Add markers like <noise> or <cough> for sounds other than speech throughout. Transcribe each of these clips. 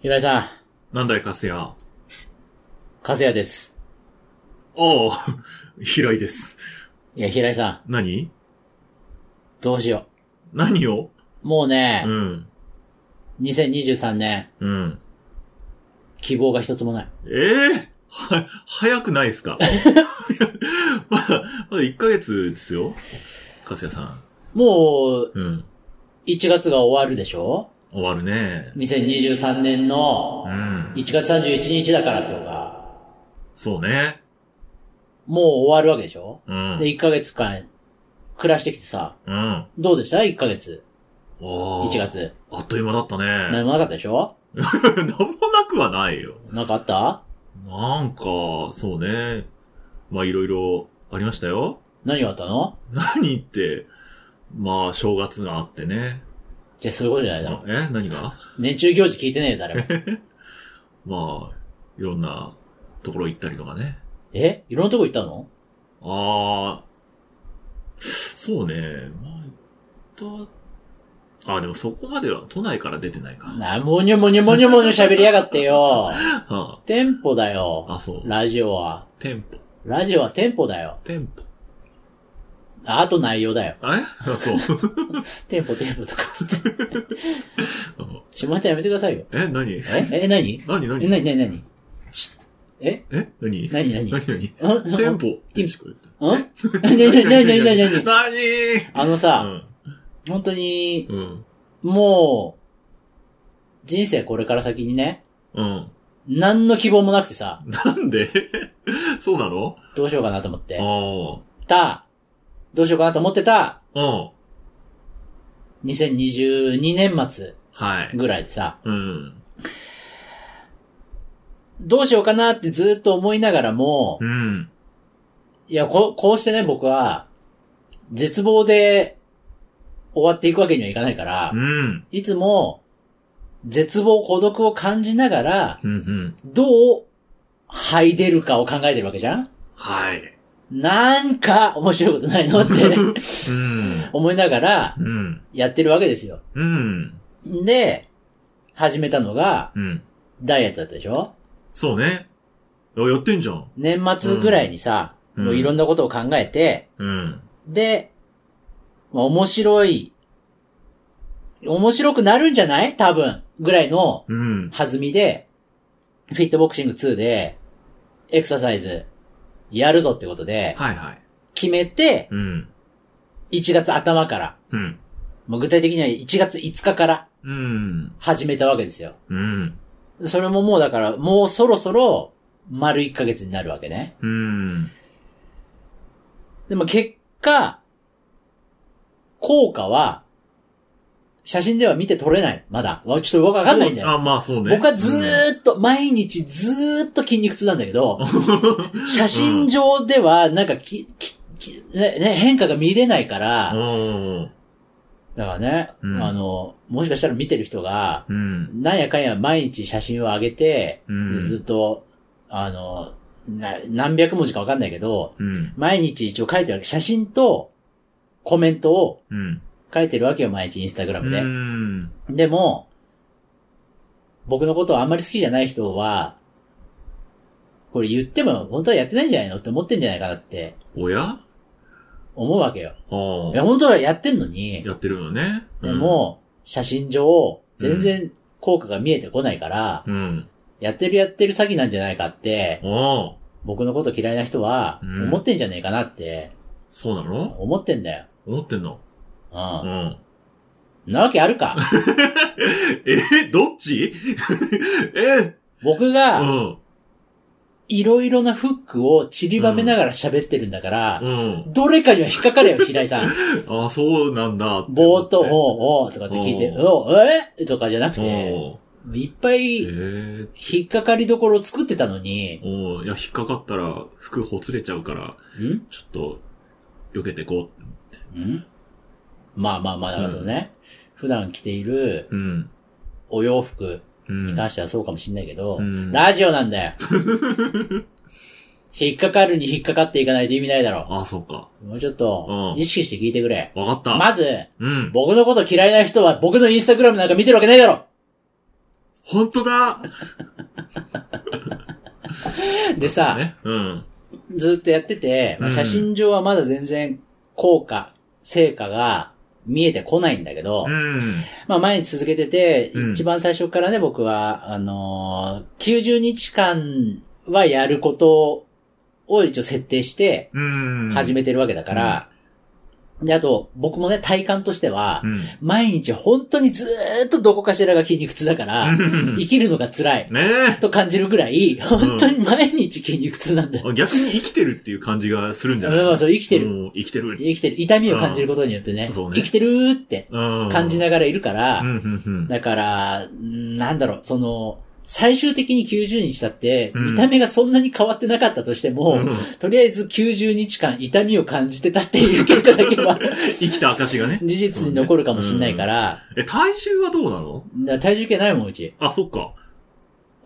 平井さん、なんだい、カスヤ。和也です。お <laughs> お、平井です。いや、平井さん、何どうしよ何をう。もうねう、ん。 2023年、うん。希望が一つもない。ええは、早くないですか <laughs> まだ、まだ1ヶ月ですよ。カスヤさん。もう、うん。 1月が終わるでしょ終わるね。 ?2023 年のうん。 1月31日だから今日が。そうね。もう終わるわけでしょうん。で、1ヶ月間、暮らしてきてさ、うん。どうでした ?1 ヶ月。おー1。月。あっという間だったね。何もなかったでしょ <laughs> なんもなくはないよ。なんかあったなんか、そうね。まあ、いろいろありましたよ。何があったの何って、まあ、正月があってね。じゃあそういうことじゃないだろ。え何が年中行事聞いてねえよ、誰 <laughs> も。まあ、いろんなところ行ったりとかね。えいろんなとこ行ったのああ、そうね。まあ、行った、あでもそこまでは都内から出てないか。な、もにょもにょもにょもにょ喋りやがってよ。 <laughs> あテンポだよ。あ、そう。ラジオは。店舗、ラジオはテンポだよ。店舗。ああと内容だよ。あえあ <laughs> そう。テンポテンポとかっつ <laughs> って。しまったやめてくださいよ。え、何ええ、何何え、何何何何ええ何何何何何んん店舗店舗ん何何何何何何何あのうさ、ん。本当に、うん。もう、人生これから先にね、うん。何の希望もなくてさ、なんで <laughs> そうなのどうしようかなと思ってあた、どうしようかなと思ってた、あ。うん。 2022年末はい。ぐらいでさ、うん。どうしようかなってずっと思いながらも、うん。いや、こう、こうしてね、僕は、絶望で終わっていくわけにはいかないからう、ん。いつも、絶望、孤独を感じながら、うんうん。どう、這い出るかを考えてるわけじゃんはい。なんか、面白いことない <laughs> のってうん。思いながら、うん。やってるわけですよ。うん。で、始めたのが、うん。ダイエットだったでしょそうね。あ、やってんじゃん。年末ぐらいにさ、うんもういろんなことを考えて、うん。で、まあ、面白い、面白くなるんじゃない多分、ぐらいのうん。弾みで、フィットボクシング2で、エクササイズ、やるぞってことで、はいはい。決めて、うん。 1月頭から、うん。もう具体的には1月5日からうん。始めたわけですよ。うん。それももうだから、もうそろそろ、丸1ヶ月になるわけね。うん。でも結果、効果は、写真では見て取れない。まだ。わちょっと僕わかんないんだよ。あ、まあそうね。僕はずーっと、毎日ずーっと筋肉痛なんだけど、写真上では、なんかき、き、きね、ね、変化が見れないかうん。ら、おーだからね、うんあの、もしかしたら見てる人が、うん。なんやかんや毎日写真を上げて、うでずっん。と、あの、な何百文字かわかんないけど、うん。毎日一応書いてある写真とコメントをうん。書いてるわけよ、毎日インスタグラうムで。ん。でも、僕のことをあんまり好きじゃない人は、これ言っても本当はやってないんじゃないのって思ってんじゃないかなっておや思うわけよ。あいや、あ。本当はやってんのに、やってるよね。で、も、写真上、全然効果が見えてこないから、うん。やってるやってる詐欺なんじゃないかって、おー僕のこと嫌いな人は、うん思ってんじゃねえかなって、そうなの思ってんだよ。思ってんのう。うんん。なわけあるか。 <laughs> え、どっち <laughs> え、僕うが、ん。いろいろなフックを散りばめながら喋ってるんだから、うん。どれかには引っかかれよ、平井さ <laughs> ん。あ、そうなんだってぼー思っって。と、おうおうとかって聞いて、うんおうえとかじゃなくて、おいっぱえいー、引っかかりどころを作ってたのに、おいや、引っかかったら服ほつれちゃうから、んちょっと、避けてこんまあまあまあ、だからそうね、普段着ているう。うん。お洋服うにん。関してはそうかもしんないけど、うんラジオなんだよ。引っかかるに引っかかっていかないと意味ないだろあ、そうか。う。もうちょっと、うん意識して聞いてくれ。わかった。まず、うん。僕のこと嫌いな人は僕のインスタグラムなんか見てるわけないだろ本当だでさ、ね。うん。ずっとやってて、まあうん写真上はまだ全然効果、成果が見えてこないんだけど、うん。まあ毎日続けてて、うん一番最初からね、僕は、あのー90日間はやることを一応設定してうん。始めてるわけだから、で、あと、僕もね、体感としては、うん。毎日本当にずーっとどこかしらが筋肉痛だから、うん生きるのが辛い。ねえ。と感じるぐらい、本当に毎日筋肉痛なんだよ。逆に生きてるっていう感じがするんじゃだなかいらそう、生きてる。うん生きてる。生きてる。痛みを感じることによってねう、んそうね生きてるーって感感じながらいるから、うん、うん、うん。だから、んなんだろう、その、最終的に90日経って、うん見た目がそんなに変わってなかったとしても、うんとりあえず90日間痛みを感じてたっていう結果だけは、生きた証がね。事実に残るかもしんないから、 <laughs> え、体重はどうなのだから体重計ないもん、うち。あ、そっか。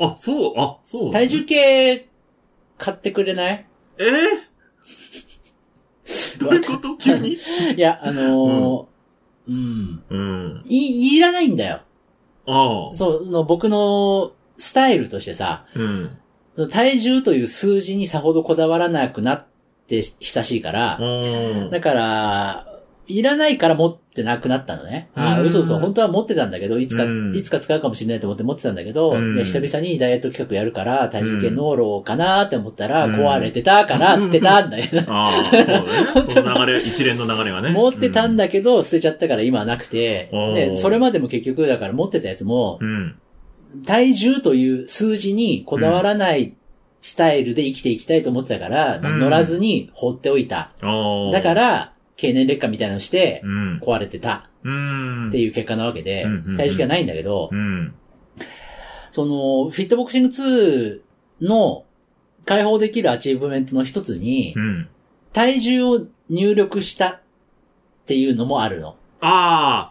あ、そう、あ、そう。体重計、買ってくれない <laughs> えーどういうこと <laughs> 急にいや、あのーうん。うん。い、いらないんだよ。ああ。そう、その僕のスタイルとしてさ、 <laughs> うん。その体重という数字にさほどこだわらなくなって久しいから、うん。だから、いらないから持ってなくなったのね。あうん嘘嘘。本当は持ってたんだけど、いつか、うんいつか使うかもしれないと思って持ってたんだけど、うんいや久々にダイエット企画やるから、体重計濃炉かなーって思ったら、うん壊れてた <laughs> から捨てたんだよ。ああ、そう <laughs> ね。その流れ、一連の流れがね。持ってたんだ。だけど、捨てちゃったから今はなくて、おーで、それまでも結局だから持ってたやつもう、ん。体重という数字にこだわらないスタイルで生きていきたいと思ってたから、まあうん乗らずに放っておいた。ああ。だか、ら、経年劣化みたいなのしてう、ん。壊れてたうん。っていう結果なわけでうんうんうん、体重計はないんだけどう、ん。その、フィットボクシング2の解放できるアチーブメントの一つにう、ん。体重を入力したっていうのもあるの。ああ。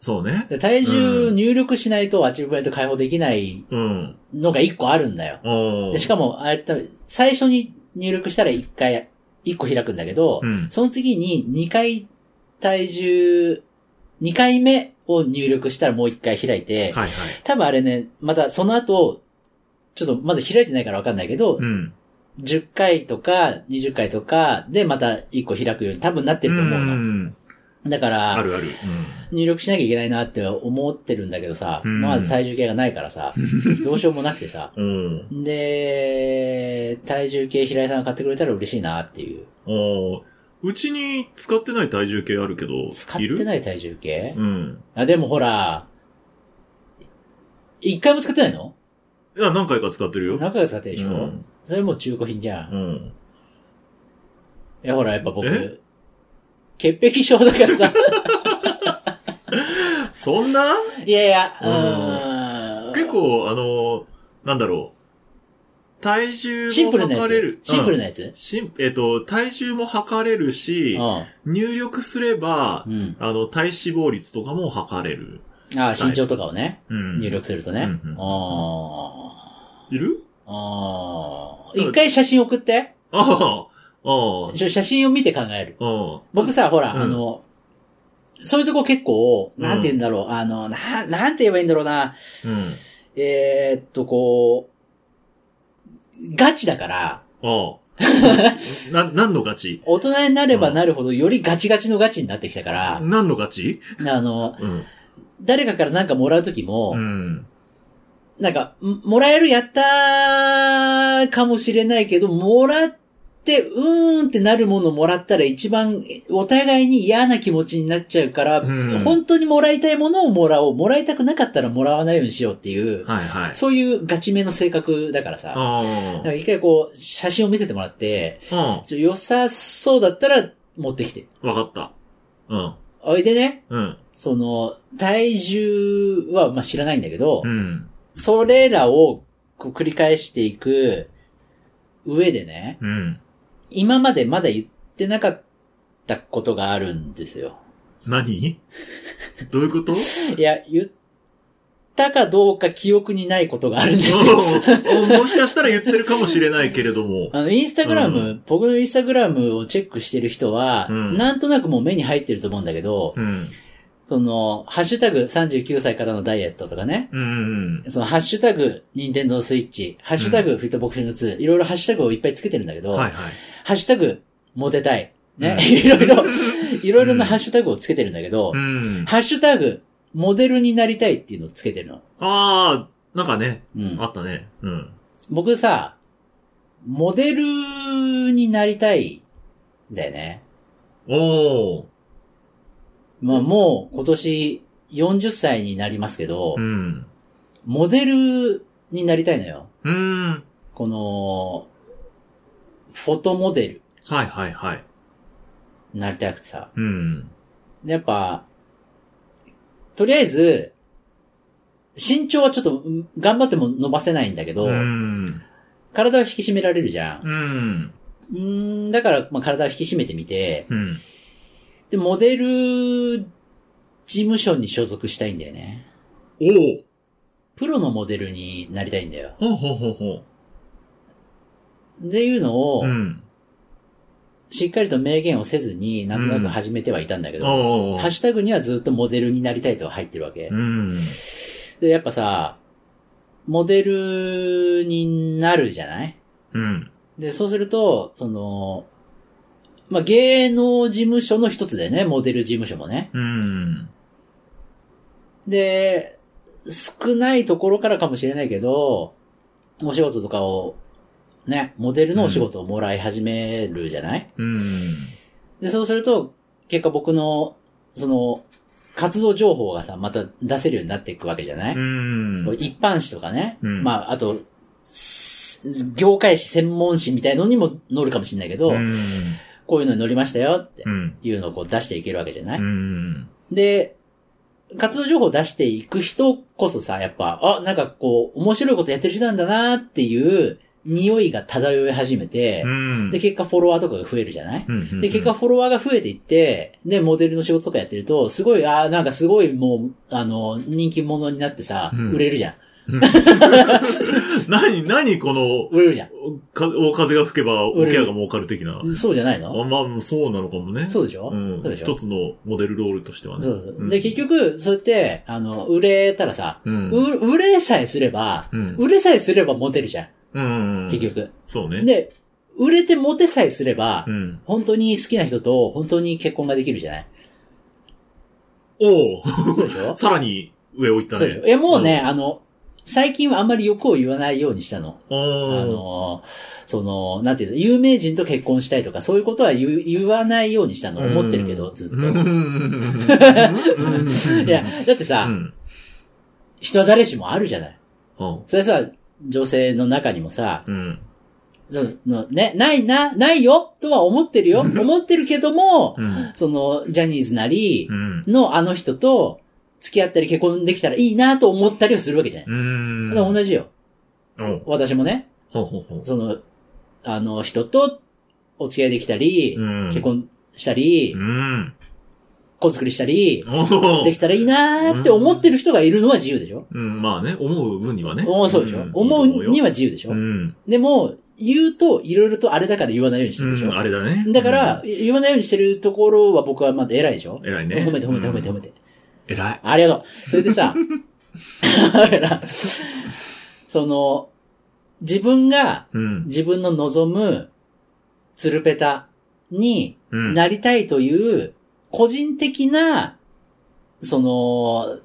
そうね。で体重う入力しないとアチーブメント解放できないうん。のが一個あるんだよ。おでしかも、あれ、多分最初に入力したら1回、1個開くんだけど、うん。その次に2回体重、2回目を入力したらもう1回開いて、はいはい。多分あれね、またその後、ちょっとまだ開いてないからわかんないけど、うん。 10回とか20回とかでまた1個開くように多分なってると思うの。ん。だかあら、るある。入力しなきゃいけないなって思ってるんだけどさ、うんまず体重計がないから <laughs> さ、どうしようもなくてさ、うん。うん。で、体重計平井さんが買ってくれたら嬉しいなっていう。おーうちに使ってない体重計あるけど、使っていない体重計るうん。あ、でもほら、一回も使ってないのいや、何回か使ってるよ。何回か使ってるでしょ、うんそれもう中古品じゃん。ういん。や、ほら、やっぱ僕え、潔癖症だから <laughs> さ。そんないやいや、うーん結、構、あの、なんだろう。体重シンプルもなや測れるつ。。シンプルな。なやつ、シンえっと、体重も測れるうし、ん、入力すればう、ん。あの、体脂肪率とかも測れる。あ、身長とかをね、うん。入力するとね。うんうんあいるーあー一回写真送って。ああ、ああ、ちょ写真を見て考える。ああ。僕さ、ほら、うんあの、そういうとこ結構、うんなんて言うんだろう、あの、な、なんて言えばいいんだろうな、うん。えーっと、こう、ガチだから、<laughs> ああ。な、何のガチ大人になればなるほどよりガチガチのガチになってきたから、何のガチあの、うん。誰かからなんかもらうときも、うん。なんか、んもらえるやったーかもしれないけど、もらって、うーんってなるものもらったら一番お互いに嫌な気持ちになっちゃうから、うん本当にもらいたいものをもらおう。もらいたくなかったらもらわないようにしようっていう、はいはい。そういうガチめの性格だからさ。あなんか一回こう、写真を見せてもらって、あ。ちょ良さそうだったら持ってきて。うん。わかった。うん。おいでね、うん。その、体重はまあ知らないんだけど、うん。それらをこう繰り返していく上でね、うん。今までまだ言ってなかったことがあるんですよ。何どうい <laughs> うこといや、言ったかどうか記憶にないことがあるんですよ。 <laughs> うんもしかしたら言ってるかもしれないけれども。あの、インスタグラム、う僕のインスタグラムをチェックしてる人は、うんなんとなくもう目に入ってると思うんだけど、うん。その、ハッシュタグ39歳からのダイエットとかね。うんうんその、ハッシュタグ、ニンテンドースイッチ、ハッシュタグ、フィットボクシング2、いろいろハッシュタグをいっぱいつけてるんだけど、うん。はいはい。ハッシュタグ、モテたい。ね。う <laughs> んいろいろ、いろいろなハッシュタグをつけてるんだけど、うん。ハッシュタグ、モデルになりたいっていうのをつけてるの。ああ、なんかね、うんあ。ったね。うん。僕さ、モデルになりたいんだよね。おー。まあもう今年40歳になりますけど、うん。モデルになりたいのよ。うーん。この、フォトモデルはいはいはい。になりたくてさ。うん。でやっぱ、とりあえず、身長はちょっとうん頑張っても伸ばせないんだけど、うん。体は引き締められるじゃん。うん。うーん、だから、まあ、体を引き締めてみて、うん。で、モデル事務所に所属したいんだよね。おー。プロのモデルになりたいんだよ。ほうほうほうほっていうのを、う。うん。しっかりと明言をせずに、なんとなく始めてはいたんだけど、おハッー。シュタグにはずっとモデルになりたいとは入ってるわけう。ん。で、やっぱさ、モデルになるじゃないうん。で、そうすると、その、まあ、芸能事務所の一つだよね、モデル事務所もね。うん。で、少ないところからかもしれないけど、お仕事とかを、ね、モデルのお仕事をもらい始めるじゃない、うん。で、そうすると、結果僕の、その、活動情報がさ、また出せるようになっていくわけじゃない、うんこう。一般誌とかね、うんまあ、あと、す業界誌、専門誌みたいのにも載るかもしれないけど、うん。こういうのに載りましたよってうん。いうのをこう出していけるわけじゃない、うん。で、活動情報を出していく人こそさ、やっぱ、あ、なんかこう、面白いことやってる人なんだなっていう匂いが漂い始めてう、ん。で、結果フォロワーとかが増えるじゃない、うん、で、結果、フォロワーが増えていって、で、モデルの仕事とかやってると、すごい、あーなんかすごいもう、あの、人気者になってさ、うん売れるじゃん。何、何この、売れるじゃか大風が吹けば、おケアが儲かる的な。ん。そうじゃないあのまあ、そうなのかもね。そうでしょ、うんそう。でしょ一つのモデルロールとしてはね。そうそうう。んで、結、局、そうやって、あの、売れたらさ、うん。う売れさえすれば、うん売れさえすればモテるじゃん。うん。結。局。そうね。で、売れてモテさえすればう、ん。本当に好きな人と本当に結婚ができるじゃない <laughs> おおそうでし <laughs> ょさらに上を行ったね。そうでしょいや、もうね、ん、あの、最近はあんまり欲を言わないようにしたの。あおーの、その、なんていうの、有名人と結婚したいとか、そういうことは言う言わないようにしたの。思ってるけど、ずっうんと。 <laughs> いや、だってさ、うん。人は誰しもあるじゃない。あそれさ、女性の中にもさ、うん。その、ね、ないな、ないよとは思ってる <laughs> よ。思ってるけどもう、ん。その、ジャニーズなりう、ん。のあの人と付き合ったり結婚できたらいいなと思ったりはするわけじゃない。うん。だから同じよ。おう私もね、ほうほうほうその、あの人とお付き合いできたり、うん結婚したりう、ん。子作りしたり、おおできたらいいなーって思ってる人がいるのは自由でしょうん、まあね、思う分にはね。思うそうでしょ、ん思うには。は自由でしょ、うん。でも、言うと、いろいろとあれだから言わないようにしてるでしうょ、ん、あれだね。だから、言わないようにしてるところは僕はまだ偉いでしょうん、偉いね。褒めて褒めて褒めてう褒めん。て。偉い。ありがとう。それで <laughs> さ、だから、その、自分がうん。自分の望む、ツルペタにうん。なりたいという、個人的な、その、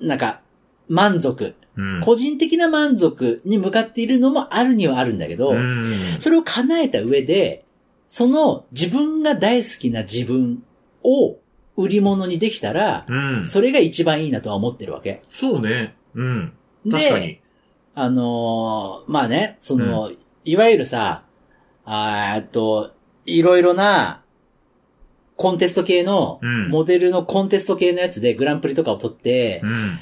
なんか、満足。うん個人的な満足に向かっているのもあるにはあるんだけど、うん。それを叶えた上で、その自分が大好きな自分を売り物にできたら、うん。それが一番いいなとは思ってるわけ。そうね。うん。で確かに。あのーまあね、その、いわゆるさ、あーえっと、いろいろな、コンテスト系の、うんモデルのコンテスト系のやつでグランプリとかを取って、うん。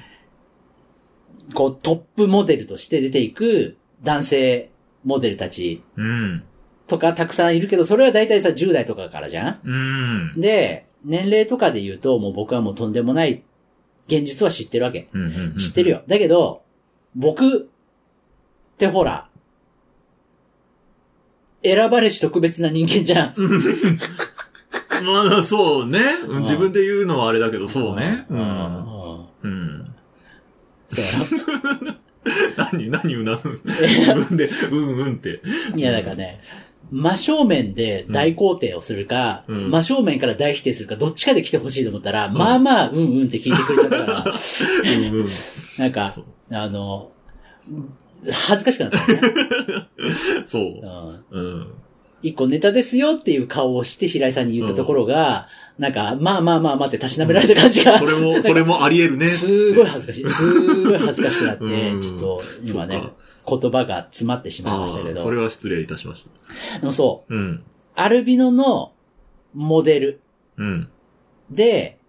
こうトップモデルとして出ていく男性モデルたちうん。とかたくさんいるけど、それはだいたいさ、10代とかからじゃんうん。で、年齢とかで言うと、もう僕はもうとんでもない現実は知ってるわけ。うん知ってる。よ。だけど、僕ってほら、選ばれし特別な人間じゃん。うんまあ、そうね。ううんん自分で言うのはあれだけど、そうね。う。うんん。うんうん。そうや何、何うなずんろ。自分で、うんうんって。いや、なんかね、真正面で大肯定をするか、うん真正面から大否定するか、どっちかで来てほしいと思ったら、まあまあ、うんうんって聞いてくれちゃったか <laughs> ら、うんうん。なんかそう、あの、恥ずかしくなったよね。そう。うんうん。一個ネタですよっていう顔をして平井さんに言ったところが、なんか、まあまあまあまあってたしなめられた感じが、それ <laughs> も、それもあり得るね。すごい恥ずか <laughs> しい。すごい恥ずかしくなって、うんちょっと今ねそっ、言葉が詰まってしまいあまあ、したけど。それは失礼いたしました。でもそう、うん。アルビノのモデルうん。で、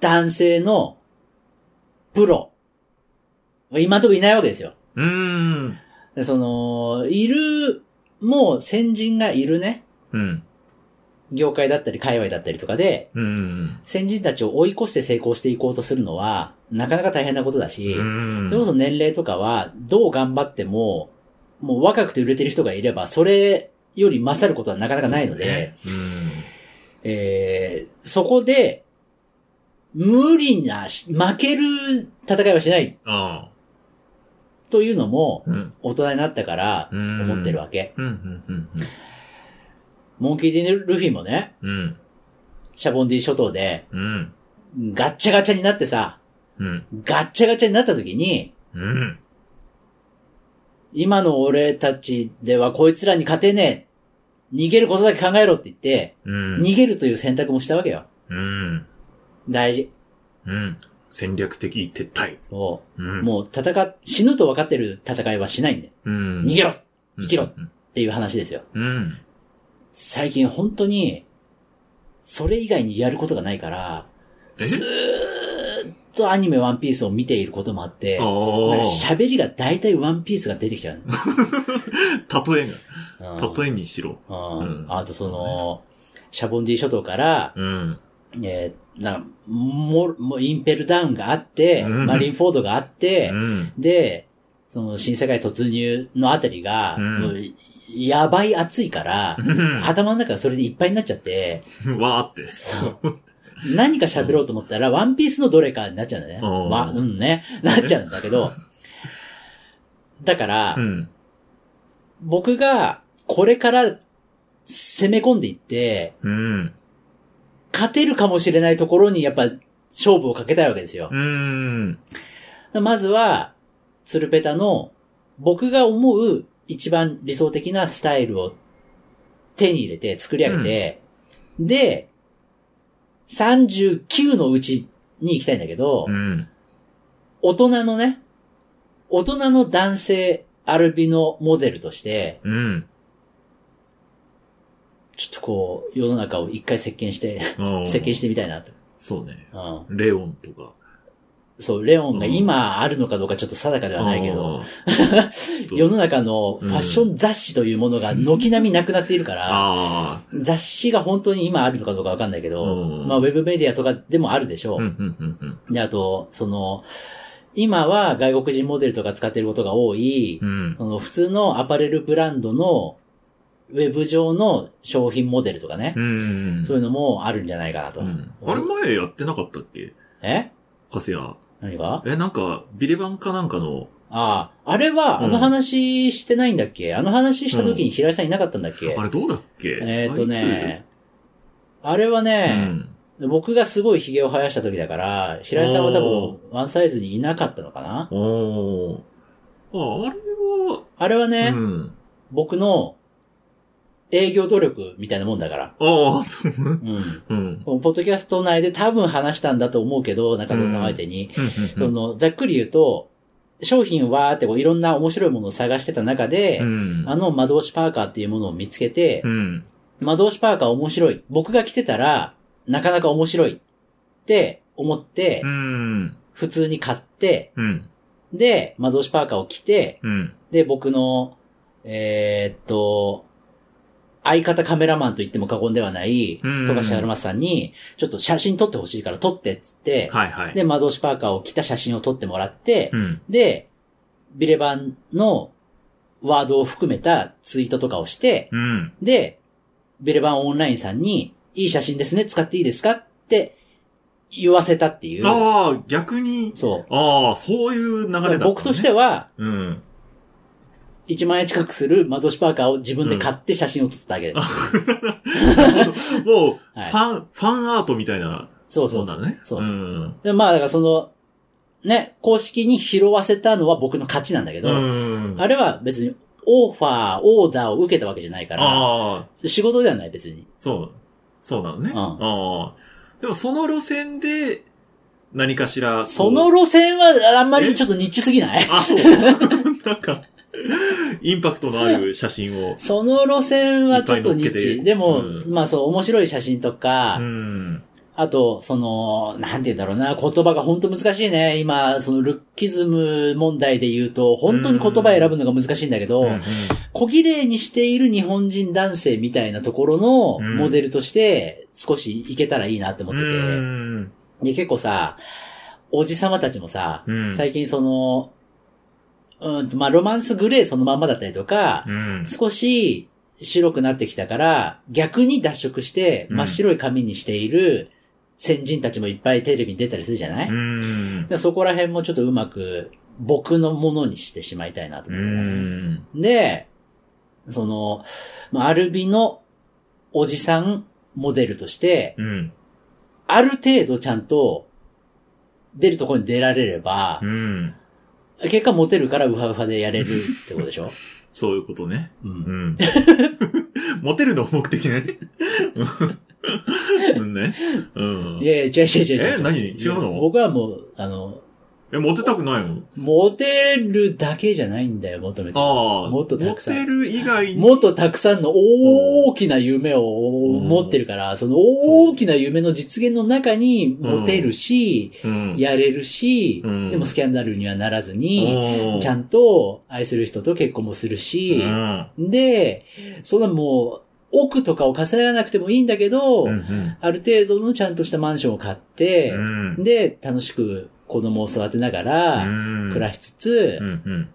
男性のプロ。今のところいないわけですよ。うーん。でその、いる、もう先人がいるね、うん。業界だったり界隈だったりとかで、うんうん。先人たちを追い越して成功していこうとするのは、なかなか大変なことだし、うん。それこそ年齢とかは、どう頑張っても、もう若くて売れてる人がいれば、それより勝ることはなかなかないので、そうね。えーそこで、無理なし、負ける戦いはしないうん。ああ。というのも、うん。大人になったから、うん思ってるわけ。うん。うん。うんモンキー・ディ・ルフィもね、うん。シャボンディ諸島で、うん。ガッチャガチャになってさ、うん。ガッチャガチャになった時に、うん。今の俺たちではこいつらに勝てねえ。逃げることだけ考えろって言って、うん。逃げるという選択もしたわけよ。うん。大事。うん。戦略的撤退。そうう。ん。もう戦っ、死ぬと分かってる戦いはしないんで。うん。逃げろっ生生きろ。ていう話ですよ。うん。最近本当に、それ以外にやることがないから、えずーっとアニメワンピースを見ていることもあって、あなんかあ。喋りが大体ワンピースが出てきちゃう例え <laughs> の。が、え例えにしろ。うんあとその、シャボンディ諸島から、うん。えー、な、も、も、インペルダウンがあって、うんマリンフォードがあってう、ん。で、その新世界突入のあたりが、うんもうやばい暑いから、頭の中がそれでいっぱいになっちゃって、 <laughs> わーって。そう <laughs> 何か喋ろうと思ったら、ワンピースのどれかになっちゃうんだね。うんまあ、うんね。なっちゃうんだけど、だから、うん。僕がこれから攻め込んでいって、うん。勝てるかもしれないところにやっぱ勝負をかけたいわけですよ。うん。まずは、ツルペタの僕が思う一番理想的なスタイルを手に入れて作り上げて、で、39のうちに行きたいんだけど、うん。大人のね、大人の男性アルビノモデルとして、うん。ちょっとこう、世の中を一回席巻して、席巻してみたいなと。そうね。うんレオンとか。そう、レオンが今あるのかどうかちょっと定かではないけど、。 <laughs> 世の中のファッション雑誌というものが軒並みなくなっているから、ああ。雑誌が本当に今あるのかどうかわかんないけど、うんまあウェブメディアとかでもあるでしょうん、うん、うん、う。で、あと、その、今は外国人モデルとか使っていることが多い、うん。その普通のアパレルブランドのウェブ上の商品モデルとかね、うん。そういうのもあるんじゃないかなと。うん。あれ前やってなかったっけえカセヤ。何がえ、なんか、ビレバンかなんかの、ああ、あれは、あの話してないんだっけ、あの話した時に平井さんいなかったんだっけ、あれどうだっけえっ、とね、あれはね、僕がすごい髭を生やした時だから、平井さんは多お分ワンサイズにいなかったのかなおー。あ、あれは、あれはね、うん。僕の営業努力みたいなもんだから。ああ、そう。うん。うん。ポッドキャスト内で多分話したんだと思うけど、中澤さん相手に。うその、ざっくり言うと、商品はーってこういろんな面白いものを探してた中で、ん。あの魔導士パーカーっていうものを見つけて、うん。魔導士パーカー面白い。僕が着てたら、なかなか面白いって思って、うん。普通に買って、うん。で、魔導士パーカーを着て、うん。で、僕の、えーっと、相方カメラマンと言っても過言ではない、うん富樫春馬さんに、ちょっと写真撮ってほしいから撮ってっつって、はいはい。で、魔導士パーカーを着た写真を撮ってもらって、うん。で、ビレバンのワードを含めたツイートとかをして、うん。で、ベレバンオンラインさんに、いい写真ですね、使っていいですかって言わせたっていう。ああ、逆に、そう。ああ、そういう流れだった、ね。僕としては、うん。 1万円近くするマドシパーカーを自分で買って写真を撮っただけです。はいもう、ファン、ファンアートみたいな、そうそそううそだう。ね。そううそん。でまあ、だからその、ね、公式に拾わせたのは僕の勝ちなんだけど、うん。あれは別にオファー、オーダーを受けたわけじゃないから、ああ、仕事ではない別に。そう。そうなのね。うんああ。でもその路線で、何かしら、こうその路線はあんまりちょっとニッチすぎないあ、そう。なんか、インパクトのある写真を。その路線はちょっとニッいっぱい乗っけチ。てでも、うんまあそう、面白い写真とか、うん。あと、その、なんて言うんだろうな、言葉が本当難しいね。今、そのルッキズム問題で言うと、本当に言葉選ぶのが難しいんだけど、うん小綺麗にしている日本人男性みたいなところうのんモデルとして、少しいけたらいいなって思ってて、うん。で、結構さ、おじさまたちもさ、うん。最近その、うんと、まあ、ロマンスグレーそのまんまだったりとか、うん。少し白くなってきたから、逆に脱色してうん真っ白い髪にしている先人たちもいっぱいテレビに出たりするじゃない、うん。でそこら辺もちょっとうまく僕のものにしてしまいたいなとう思ってたね、ん。で、その、まあアルビのおじさんモデルとして、うん。ある程度ちゃんと出るところに出られればう、ん。結果モテるからウハウハでやれるってことで <laughs> しょ、そういうことね。うんうん。モテるの目的ね。うんね。うんい。やいや、違う違う違う違う。え何違うの僕はもう、あの、え、モテたくないのモテるだけじゃないんだよ、求めてる。ああ。もっとたくさんモテる以外に。もっとたくさんの大きな夢を持ってるから、その大きな夢の実現の中にモテるし、うん。やれるし、うんでもスキャンダルにはならずに、うん、ちゃんと愛する人と結婚もするし、うん。で、そんなもう、億とかを稼がなくてもいいんだけど、うん。ある程度のちゃんとしたマンションを買って、うん。で、楽しく子供を育てながら、暮らししつつ、うん。うん。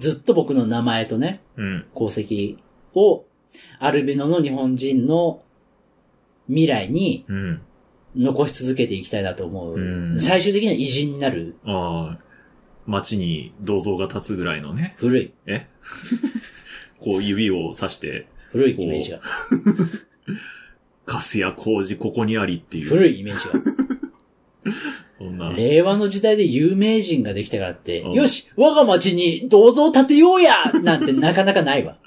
ずっと僕の名前とね、うん。功績を、アルビノの日本人の未来にうん。残し続けていきたいなと思う。うん最終的には偉人になる。ああ。街に銅像が立つぐらいのね。古い、え <laughs> こう指を指して、古いイメージが。カスや工事ここにありっていう。古いイメージ <laughs> そんなが。。令和の時代で有名人ができたからって、うんよし我が町に銅像建てようやなんてなかなかないわ。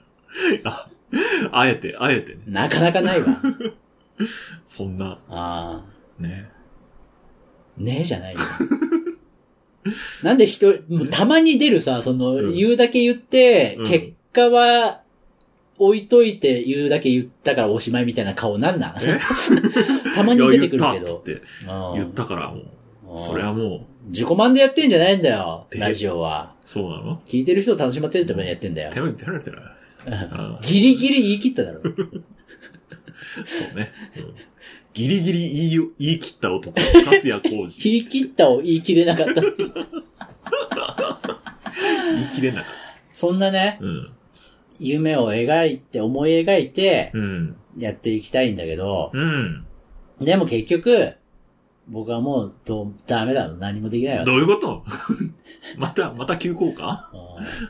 あえて、あえてね。なかなかないわ。そんな、ああ。ね。ねえじゃないよ。なんで一人、もうたまに出るさ、その、うん言うだけ言って、うん結果は、置いといて言うだけ言ったからおしまいみたいな顔なんなんえ <laughs> たまに出てくるけいや言ったっど。つってうん言ったからもう、それうんはも自己満でやってんじゃないんだよ、でラジオは。う、そうなの聞いてる人を楽しまってるためにやってんだよ手。を手られてない。ああギリギリ言い切っただろ。 <laughs> そうね。うんギリギリ言いよ、言い切っ <laughs> た男、カスや工事。言い切ったを言い切れなかったっていう。言い切れなかっそんなね、た。うん。夢を描いて、思い描いて、うん。やっていきたいんだけど、うん。でも結局、僕はもうどう、ダメだ。何もできないわ。どういうこと <laughs> また、また急降下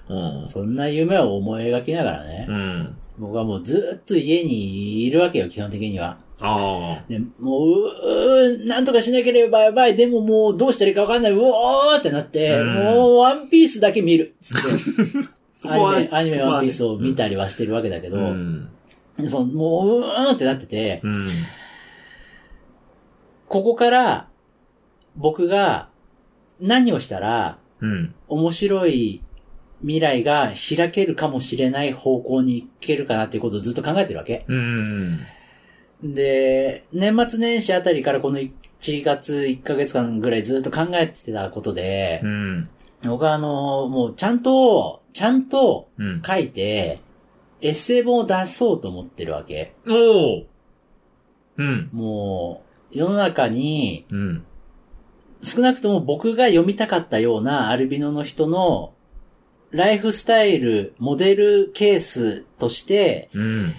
ううんん。そんな夢を思い描きながらね、うん。僕はもうずっと家にいるわけよ、基本的には。ああ。で、もう、うー、なんとかしなければやばい。でももうどうしたらいいかわかんない。うおーってなって、うんもうワンピースだけ見る。つって、そこはアニメ、アニメそこはワンピースを見たりはしてるわけだけど、うん。でももう、うーんってなってて、うん。ここから、僕が何をしたら、うん。面白い未来が開けるかもしれない方向に行けるかなっていうことをずっと考えてるわけ。うん。で、年末年始あたりからこの1月1ヶ月間ぐらいずっと考えてたことでう、ん。僕はあの、もうちゃんと、ちゃんとうん。書いて、エッセイ本を出そうと思ってるわけ。おおうん。もう、世の中に、うん。少なくとも僕が読みたかったようなアルビノの人のライフスタイル、モデルケースとしてうん。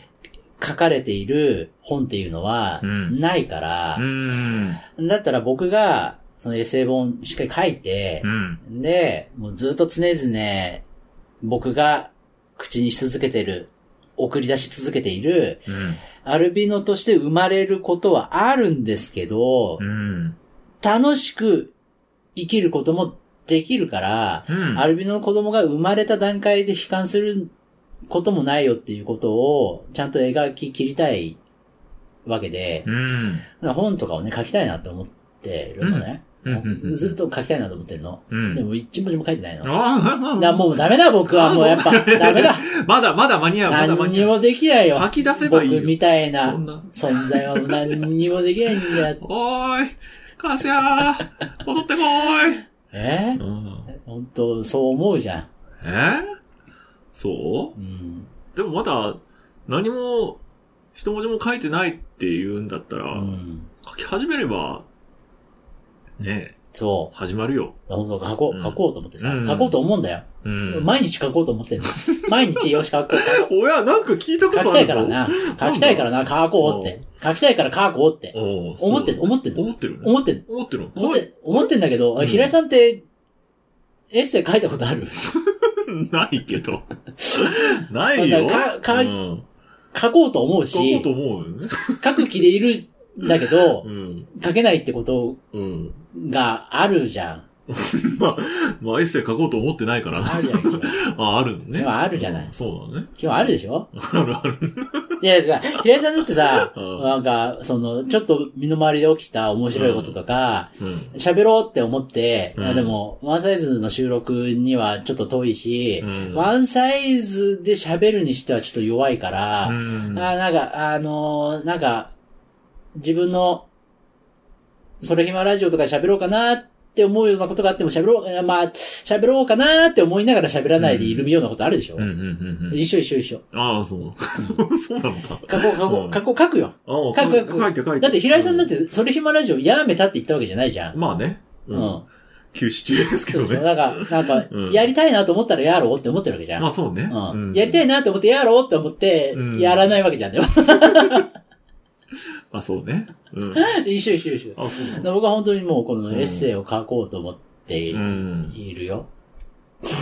書かれている本っていうのは、うんないからう、ん。だったら僕が、そのエッセイ本しっかり書いてう、ん。で、もうずっと常々、僕が口にし続けてる、送り出し続けている、うん。アルビノとして生まれることはあるんですけど、うん。楽しく生きることもできるから、うん。アルビノの子供が生まれた段階で悲観することもないよっていうことを、ちゃんと描き切りたいわけでう、ん。本とかをね、書きたいなと思ってるのね。うんうんうんうんずっと書きたいなと思ってるの。うん。でも一文字も書いてないの。だかあらもうダメだ、僕は。もうや <laughs> っぱ、ダメだ。あ、まだまだ間に合う、まだ間何にに合もう。できないよ。書き出せばいいよ僕みたいなそんな。存在は何にもできないんだよ <laughs> おーい、カスヤー、戻ってこーい。えうん本当そう思うじゃん。えーそうん。うでもまだ、何も、一文字も書いてないって言うんだったら、うん。書き始めれば、ねえ、そう。始まるよ。本当書こうう、ん書こうと思ってさ。うん書こうと思うんだよ。うん。毎日書こうと思っ <laughs> てるの。毎日よし書こう。おや、なんか聞いたこ書ときあたるいからな。書きたいからな、書こうって。書きたいから書こうって。おーそう思ってる、思ってる。思ってるね思ってる。思ってる思って、思ってんだけど、うん平井さんって、エッセイ書いたことあるないけ <laughs> ど。ないよ。まあさかかうん書こうと思う書こうとし、思うよね。書く気でいるんだけどう、ん。書けないってことうん。があるじゃん。まあ、まあ、エッセイ書こうと思ってないから。あるじゃん、 <laughs> 今日。あ、あるのね。今あるじゃないうんそうだね。今日あるでしょあるある。いやさ、平井さんだってさ、うんなんか、その、ちょっと身の回りで起きた面白いこととか、うん。喋ろうって思って、うんまあでも、ワンサイズの収録にはちょっと遠いしう、んワンサイズで喋るにしてはちょっと弱いから、うん。あーなんか、あのーなんか、自分の、それ暇ラジオとか喋ろうかなって思うようなことがあっても喋ろう、まあ、喋ろうかなって思いながら喋らないでいるようなことあるでしょ、うんうんうんうん。一緒一緒一緒。ああ、そう。 <laughs> そうなんだ。書こう書こうんう、書こう書くよ。ああ、書く書く書いて書いて。だって平井さんだって、それ暇ラジオやめたって言ったわけじゃないじゃ。うんん。まあね。う。うんん。休止中ですけそうどでしょ <laughs> ね。だから、なんうか、んやりたいなと思ったらやろうって思ってるわけじゃん。まあそうね。うん。やりたい。いなと思ってやろうって思ってう、んやらないわけじゃん。で <laughs> もまあそうね。 <laughs> うん。一緒一緒一緒。あそうなんだ。僕は本当にもうこのうんエッセイを書こうと思ってい <laughs> うん。るよ。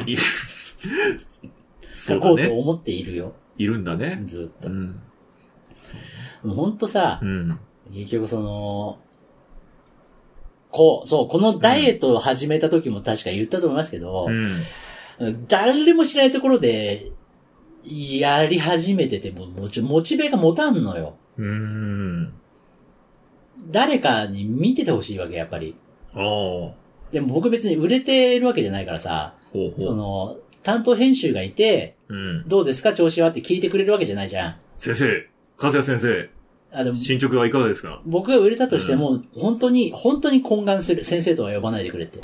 いそ書うだこうとね。思っているよ。いるんだね。ずっうと。ん。もう本当さう、ん。結局その、こう、そう、このダイエットを始めた時も確か言ったと思いますけどう、ん。誰も知らないところで、やり始めてても、もうちょモチベが持たんのよ。うん。誰かに見ててほしいわけ、やっぱり。ああ。ほでも僕別に売れてるわけじゃないからさ、うほ。そうの、担当編集がいて、うん。どうですか調子はって聞いてくれるわけじゃないじゃん。先生、和也先生、あ、でも、進捗はいかがですか僕が売れたとしても、本当に、本当に懇願する。先生とは呼ばないでくれって。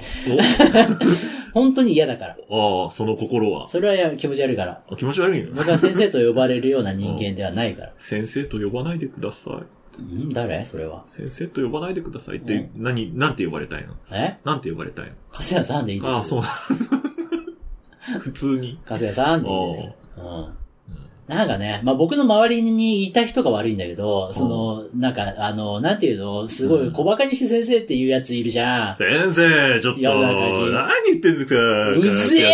本当に嫌だから。おああ、その心は。それはや気持ち悪いから。あ気持ち悪いの僕は先生と呼ばれるような人間ではないから。先生と呼ばないでください。ん誰それは。先生と呼ばないでくださいって、うん何、なんて呼ばれたいのえなんて呼ばれたいのカセヤさんでいいです。ああ、そう。 <laughs> 普通に。カセヤさんでいいです。うん。なんかね、まあ僕の周りにいた人が悪いんだけど、その、なんか、あの、なんていうの、すごういん小馬鹿にして先生っていうやついるじゃ <laughs> ん。先生、ちょっと、いやなんかいい何言ってんすか、うぜ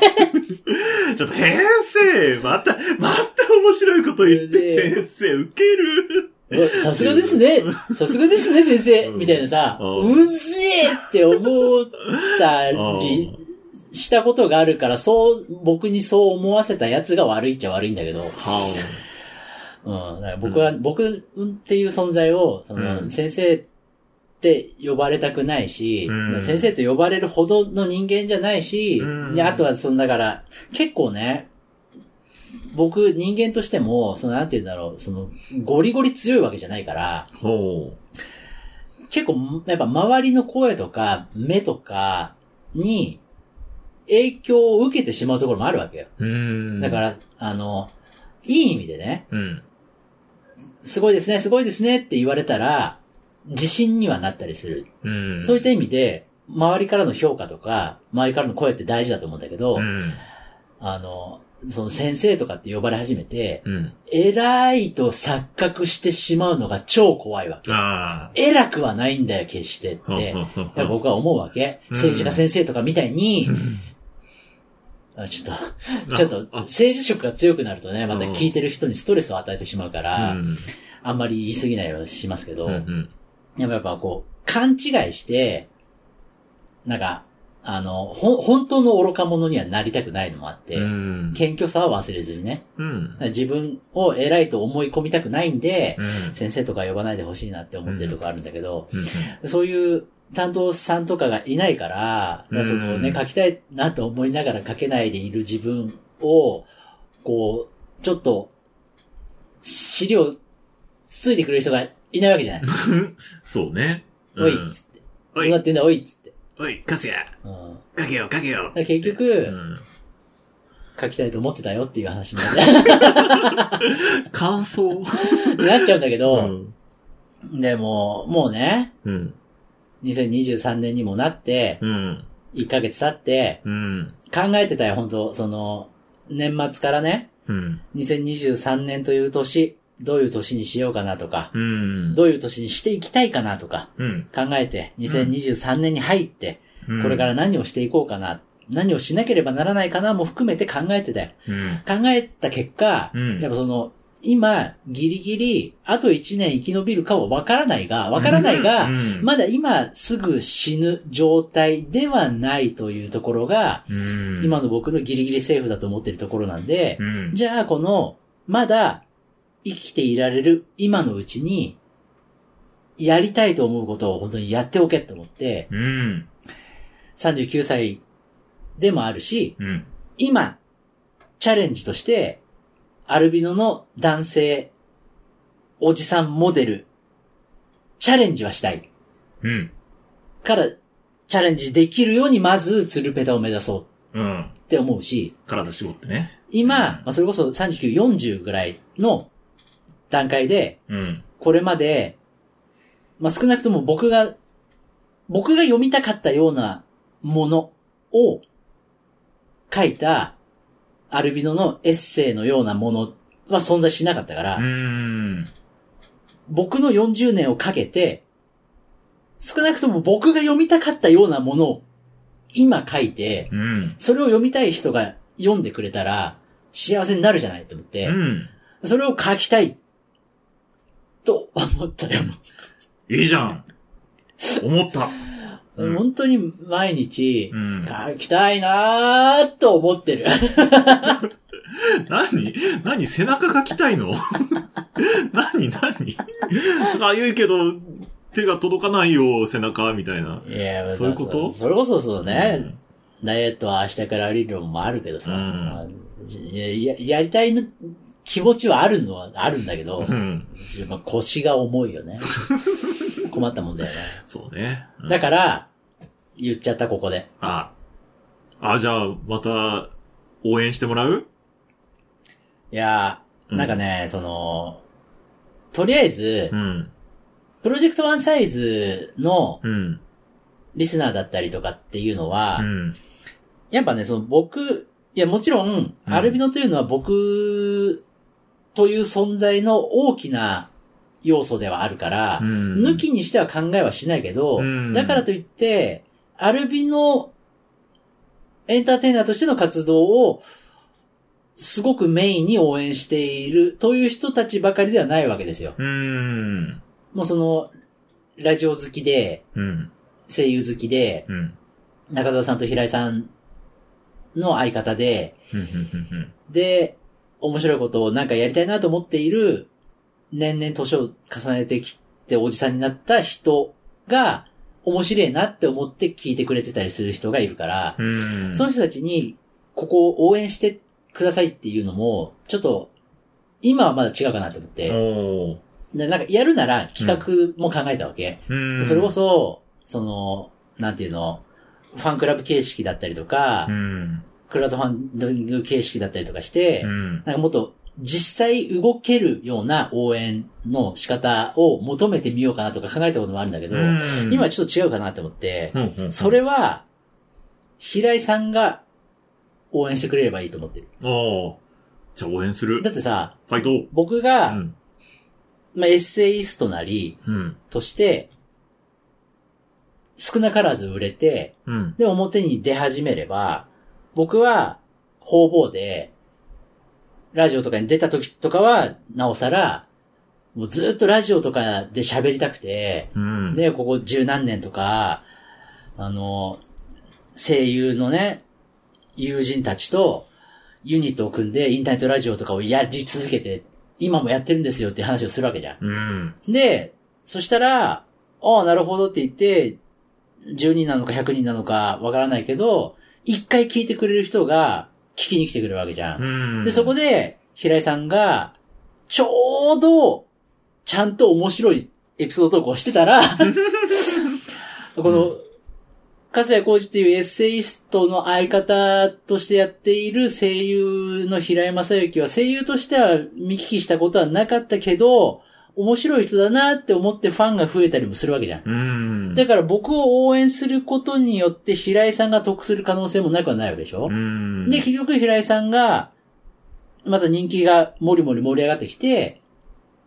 えちょっと、先生、また、また面白いこと言っうぜて、先生、ウケる。うわさすがですねさすがですね、先生うんみたいなさ、うんうぜえって思ったりしたことがあるから、そう、僕にそう思わせたやつが悪いっちゃ悪いんだけど、はあ。うん、だから僕は、僕っていう存在を、その、うん先生って呼ばれたくないし、うん先生と呼ばれるほどの人間じゃないし、うんであとは、その、だから、結構ね、僕、人間としても、その、なんて言うんだろう、その、ゴリゴリ強いわけじゃないから、ほ結構、やっぱ周りの声とか、目とかに、影響を受けてしまうところもあるわけよ。う。うーん。だから、あの、いい意味でね、うん。すごいですね、すごいですねって言われたら、自信にはなったりする。うん。そういった意味で、周りからの評価とか、周りからの声って大事だと思うんだけど、うん。あの、その先生とかって呼ばれ始めて、うん。偉いと錯覚してしまうのが超怖いわけ。あ偉くはないんだよ、決してっあ。て。ほんほんいやほん僕は思うわけ。うん政治家先生とかみたいに、うんあちょっと、ちょっと、あ政治色が強くなるとね、またうん聞いてる人にストレスを与えてしまうかあら、あんまり言い過ぎないようにしますけど、うんうんでもやっぱこう、勘違いして、なんか、あの、ほん、本当の愚か者にはなりたくないのもあって、うん。謙虚さは忘れずにね、うん。自分を偉いと思い込みたくないんで、うん先生とか呼ばないでほしいなって思ってるとこあるんだけど、うんそういう担当さんとかがいないから、うんそのね、書きたいなと思いながら書けないでいる自分を、こう、ちょっと、資料、ついてくれる人がいないわけじゃない。そうね。うんおいっつって。おどうなっい、てんだ、おいっつって。おい、かすや、うん。だかかけよ、かけよ。ら結う局、ん書きたいと思ってたよっていう話になっちゃ感想う <laughs> なっちゃうんだけうど、ん。でも、もうね、うん。 2023年にもなって、うん。 1ヶ月経って、うん。考えてたよ、本当その、年末からね、うん。 2023年という年、どういう年にしようかなとか、うん。どういう年にしていきたいかなとかうん。考えて、2023年に入って、これから何をしていこうかな、何をしなければならないかなも含めて考えてたよ。うん。考えた結果、うんやっぱその、今、ギリギリ、あと1年生き延びるかはわからないが、わからないが、うんまだ今すぐ死ぬ状態ではないというところが、うん、今の僕のギリギリセーフだと思ってるところなんで、うん、じゃあ、この、まだ、生きていられる今のうちに、やりたいと思うことを本当にやっておけって思って、うん。 39歳でもあるし、うん。今、チャレンジとして、アルビノの男性、おじさんモデル、チャレンジはしたい。うん。から、チャレンジできるようにまず、ツルペタを目指そううん。って思うし、体絞ってね。今、うんまあ、それこそ39、40ぐらいの段階で、うん。これまで、まあ、少なくとも僕が、僕が読みたかったようなものを書いたアルビノのエッセイのようなものは存在しなかったから、うん。僕の40年をかけて、少なくとも僕が読みたかったようなものを今書いて、うん。それを読みたい人が読んでくれたら幸せになるじゃないと思って、うん。それを書きたいと思ったよ。いいじゃん。思った。うん本当に毎日う、ん。書きたいなーと思ってる。何何背中書きたいの何何あ、言うけど、手が届かないよ、背中、みたいな。いや <laughs> そういうことそそれこそそうね、ダイエットは明日から理論もあるけどさ、うんまあいやややりたいの気持ちはあるのはあるんだけうどん。、うん。自分は腰が重いよ <laughs> ね。困ったもんだよね。そうね。うんだから、言っちゃったここで。あ、あ、じゃあ、また、応援してもらういやー、なんか。ね、その、とりあえずう、ん。プロジェクトワンサイズのうん。リスナーだったりとかっていうのは、うん。やっぱね、その僕、いやもちろん、アルビノというのは僕という存在の大きな要素ではあるから、うん抜きにしては考えはしないけど、うんだからといって、アルビノエンターテイナーとしての活動をすごくメインに応援しているという人たちばかりではないわけですよ。うん。もうその、ラジオ好きで、うん。声優好きで、うん。中澤さんと平井さんの相方で、うんうんで、面白いことをなんかやりたいなと思っている、年々年を重ねてきておじさんになった人が、面白いなって思って聞いてくれてたりする人がいるから、うんうんその人たちに、ここを応援してくださいっていうのも、ちょっと、今はまだ違うかなと思って、おーでなんかやるなら企画も考えたわけ。うんそれこそ、その、なんていうの、ファンクラブ形式だったりとか、うん。クラウドファンディング形式だったりとかして、うん。なんかもっと実際動けるような応援の仕方を求めてみようかなとか考えたこともあるんだけど、うん今、ちょっと違うかなって思ってう、んうんうんそれは、平井さんが応援してくれればいいと思ってる。ああ。じゃあ応援するだ。ってさ、ファイト僕うが、ん。まあ、エッセイストなり、うん。として、少なからず売れて、うん。で、表に出始めれば、僕は、方々で、ラジオとかに出た時とかは、なおさら、もうずっとラジオとかで喋りたくて、うん。で、ここ十何年とか、あの、声優のね、友人たちと、ユニットを組んで、インターネットラジオとかをやり続けて、今もやってるんですよって話をするわけじゃん。うん。で、そしたら、ああ、なるほどって言って、10人なのか100人なのかわからないけど、一回聞いてくれる人が聞きに来てくれるわけじゃん。うん。で、そこで、で、平井さんが、ちょうど、ちゃんと面白いエピソード投稿してた <laughs> ら、この、か谷浩二っていうエッセイストの相方としてやっている声優の平井正幸は声優としては見聞きしたことはなかったけど、面白い人だなって思ってファンが増えたりもするわけじゃん。うん。だから僕を応援することによって平井さんが得する可能性もなくはないわけでしょうん。で、結局平井さんが、また人気がもりもり盛り上がってきて、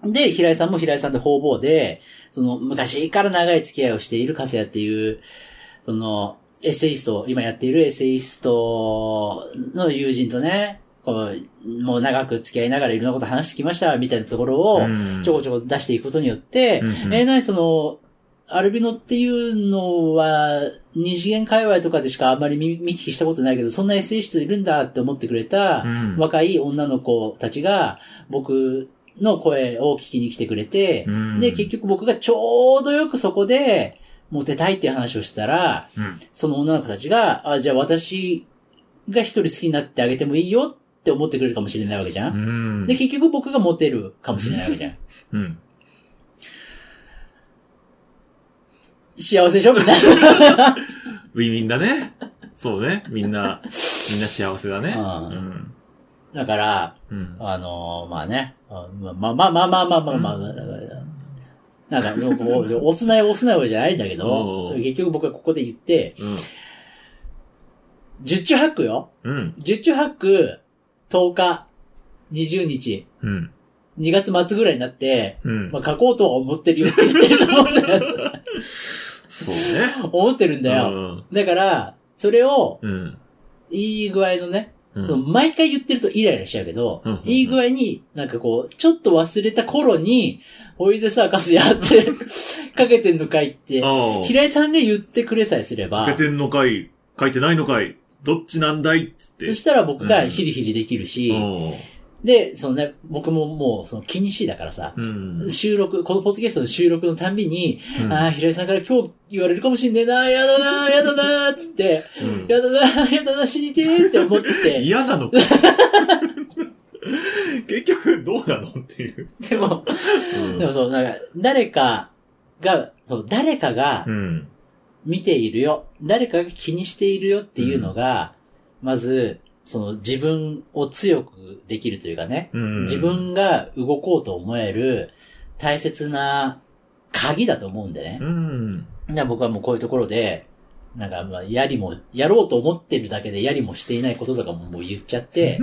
で、平井さんも平井さんで方々で、その昔から長い付き合いをしているカセヤっていう、その、エッセイスト、今やっているエッセイストの友人とね、こう、もう長く付き合いながらいろんなこと話してきました、みたいなところを、うん、ちょこちょこ出していくことによって、うんうんえー、なにその、アルビノっていうのは、二次元界隈とかでしかあんまり見見聞きしたことないけど、そんな SE いるんだって思ってくれたう、ん、若い女の子たちが、僕の声を聞きに来てくれて、うんで、結局僕がちょうどよくそこで、モテたいっていう話をしたら、うんその女の子たちが、あ、じゃあ私が一人好きになってあげてもいいよって思ってくれるかもしれないわけじゃん。うん。で、結局僕がモテるかもしれないわけじゃん。うん。幸せでしょみんな。ウィンウィンだね。そうね。みんな、みんな幸せだね。うんうん。だから、うん。あのーまあね。あまあまあまあまあまあまあまあ、だからなんか、こう押すなよ押すなよじゃないんだけど、うん結局僕はここで言って、十中八九よ。うん。うん。十中八九、10日、20日、うん。 2月末ぐらいになって、うんま。あ書こうとは思ってるよって言ってると思うんだよ。そうね。思ってるんだよ。だから、それを、うん。うん。いい具合のね、うんその毎回言ってるとイライラしちゃうけど、うんうんうんいい具合に、なんかこう、ちょっと忘れた頃に、おいでさ、カスやって、かけてんのかいって、ああ。平井さんが言ってくれさえすれば書け、てんのかい書いてないのかいどっちなんだいっつってそ。したら僕がうんヒリヒリできるし、うんで、そのね、僕ももう、その気にしいだからさ、うん。収録、このポッドキャストの収録のたんびに、うんああ、平井さんから今日言われるかもしんねえな、やだな、やだな、つって、うんやだな、やだな、死にてーって思って、嫌なのか <laughs> 結局、どうなのっていう。でも、うんでもそう、なんか、誰かが、そう、誰かがうん。見ているよ、誰かが気にしているよっていうのが、まず、その自分を強くできるというかね、うん自分が動こうと思える大切な鍵だと思うんでねう。ん。だから僕はもうこういうところで、なんか、まあ、やりも、やろうと思ってるだけでやりもしていないこととかももう言っちゃって、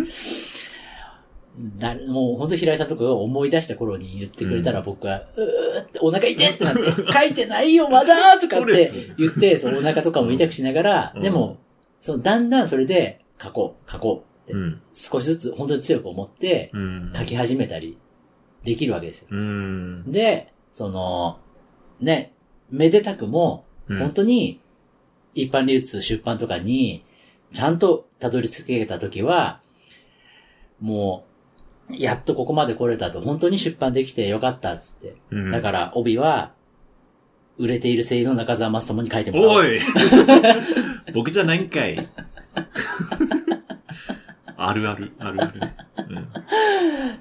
だもう本当平井さんとかが思い出した頃に言ってくれたらうん僕は、うーってお腹痛いってな <laughs> って、書いてないよまだーとかっスてトレス言って、そうお腹とかも痛くしながら、うんでも、そのだんだんそれで書こう、書こううって、ん。少しずつ本当に強く思ってうん。書き始めたりできるわけですよ。うん。で、その、ね、めでたくも、うん本当に、一般流通出版とかに、ちゃんとたどり着けたときは、もう、やっとここまで来れたと、本当に出版できてよかったっつって。うんだから、帯は、売れている声優の中澤正友に書いてもらおう。お <laughs> い僕じゃないんかい。 <laughs> あるある、あるあるね。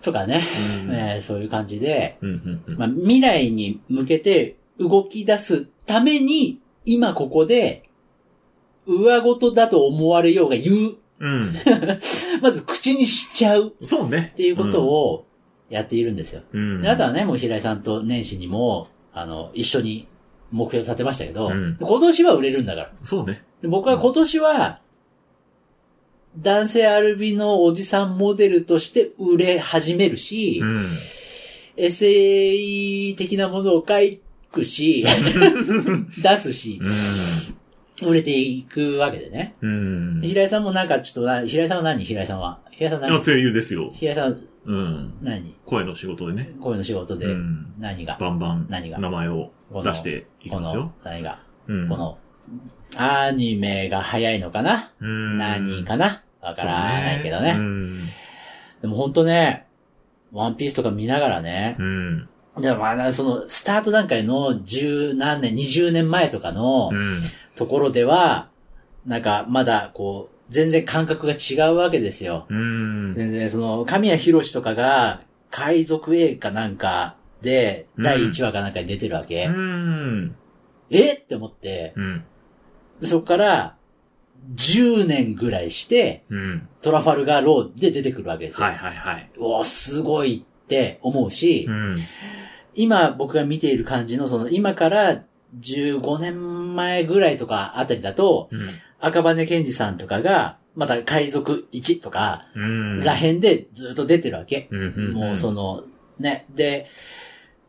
とかね、うん。えーそういう感じで、うんうんうんまあ、未来に向けて動き出すために、今ここで、上事だと思われようが言う。うん。まず口にしちゃうそうね。っていうことをやっているんですよ。うん。であとはね、もう平井さんと年始にも、あの、一緒に目標立てましたけど、うん今年は売れるんだから。そうね。で僕は今年は、男性アルビのおじさんモデルとして売れ始めるし、うん。エセイ的なものを書く <laughs> し、出すし、売れていくわけでね。うん。うん。平井さんもなんかちょっとな、平井さんは何平井さんは。平井さんあ何声優ですよ。平井さんうん。何声の仕事でね。声の仕事でうん。何が、バンバン何が名前を出していきこますのよ。、何が、うん。この、アニメが早いのかな、うん、何かなわからないけどね。そううん。でもほんとね、ワンピースとか見ながらね、うん。でもまだその、スタート段階の十何年、20年前とかのうん。ところでは、なんかまだこう、全然感覚が違うわけですよ。うん。全然その、神谷博士とかが、海賊映画かなんかで、うん第1話かなんかに出てるわけ。うん。えって思って、うん。そこから、10年ぐらいして、うん。トラファルガーローで出てくるわけですよ。はいはいはい。おーすごいって思うし、うん。今僕が見ている感じの、その今から15年前ぐらいとかあたりだと、うん赤羽健二さんとかが、また海賊1とか、うん。ら辺でずっと出てるわけ。うん。んもうそ、の、ね、で、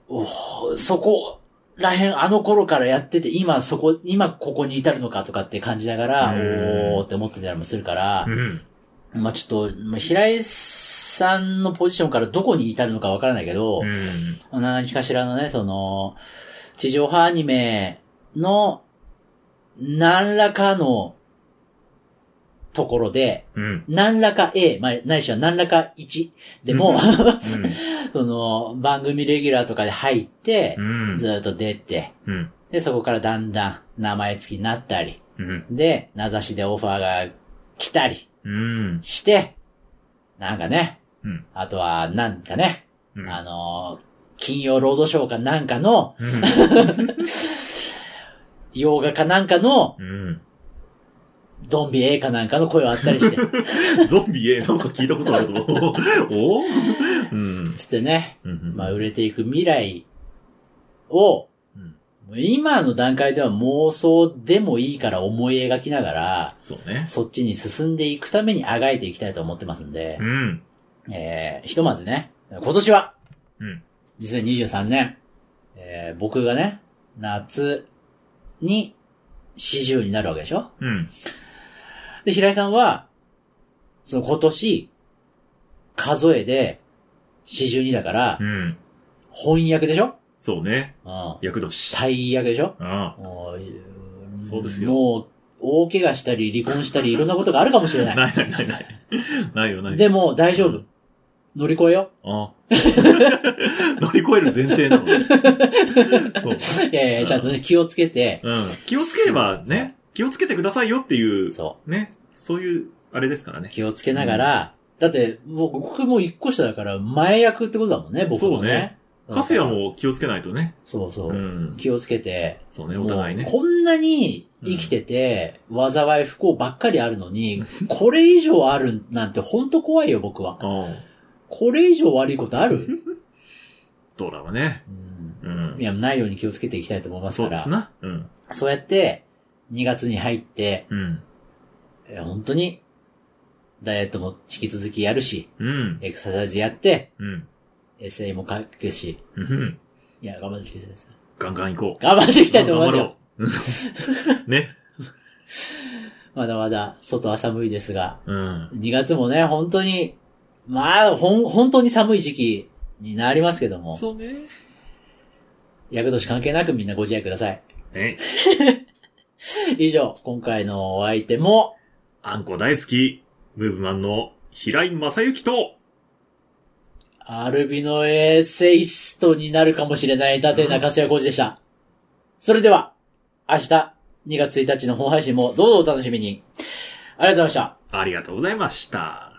おーそこら辺あの頃からやってて、今そこ、今ここに至るのかとかって感じながら、うんおーって思ってたりもするからう、ん。まあちょっと、まあ平井さんのポジションからどこに至るのかわからないけど、うん。何かしらのね、その、地上波アニメの何らかのところで、うん。何らか A、まあ、ないしは何らか1でも、うん <laughs> その、番組レギュラーとかで入ってう、ん。ずっと出て、うん。で、そこからだんだん名前付きになったり、うん。で、名指しでオファーが来たりうん。して、なんかね、うんあとは、なんかね、うん。あのー金曜ロードショーかなんかの、うん。洋画かなんかの、うん。ゾンビ映画なんかの声をあったり <laughs> して、ゾンビへなんか聞いたことあるぞ。おうん。つってね、うんまあ、売れていく未来を、うん今の段階では妄想でもいいから思い描きながら、そうね。そっちに進んでいくためにあがいていきたいと思ってますんでう、ん。えー、ひとまずね、今年は、うん。 2023年、えー、僕がね、夏に40になるわけでしょうん。で、平井さんは、その今年、数えで42だからう、ん。翻訳でしょそうね。うん。役年。大役でしょあもうそうですよもう、大怪我したり、離婚したり、いろんなことがあるかもしれあ。な <laughs> ないないないない。ないよないい。よ。でも、大丈夫。乗り越えよあ <laughs> 乗り越える前提なの。そう。う。いやいや、ちゃんとね、気をつけて、うん。気をつければね、気をつけてくださいよっていう、そね、そういう、あれですからう、ね。気をつけながら、だって、もう僕も一個下だから、前役ってことだもんね、僕もね。カスヤ。も気をつけないとね。そうそうう。ん。気をつけて、そうね、お互いねもう。こんなに生きてて、災い不幸ばっかりあるのに、これ以上あるなんてほんと怖いよ、僕は。うん。これ以上悪いことあ <laughs> る、ドラマね。うん、うんい。や、ないように気をつけていきたいと思いますそかうでら。すな。うん。そうやって、2月に入って、うん。えー本当に、ダイエットも引き続きやるし、うん。エクササイズやって、うん。エッセイも書くし、うん。いや、頑張っていきたいです。ガンガン行こう。頑張っていきたいと思います頑よ。張ろう。ね。まだまだ、外は寒いですが、うん。 2月もね、本当に、まあ、ほん、本当に寒い時期になりますけども、そうね。役年関係なくみんなご自愛ください。えい、以上、今回のお相手も、あんこ大好き、ムーブマンの平井正幸と、アルビのエッセイストになるかもしれない伊達中瀬谷浩二でした。それでは、明日2月1日の本配信もどうぞお楽しみに。ありがとうございました。ありがとうございました。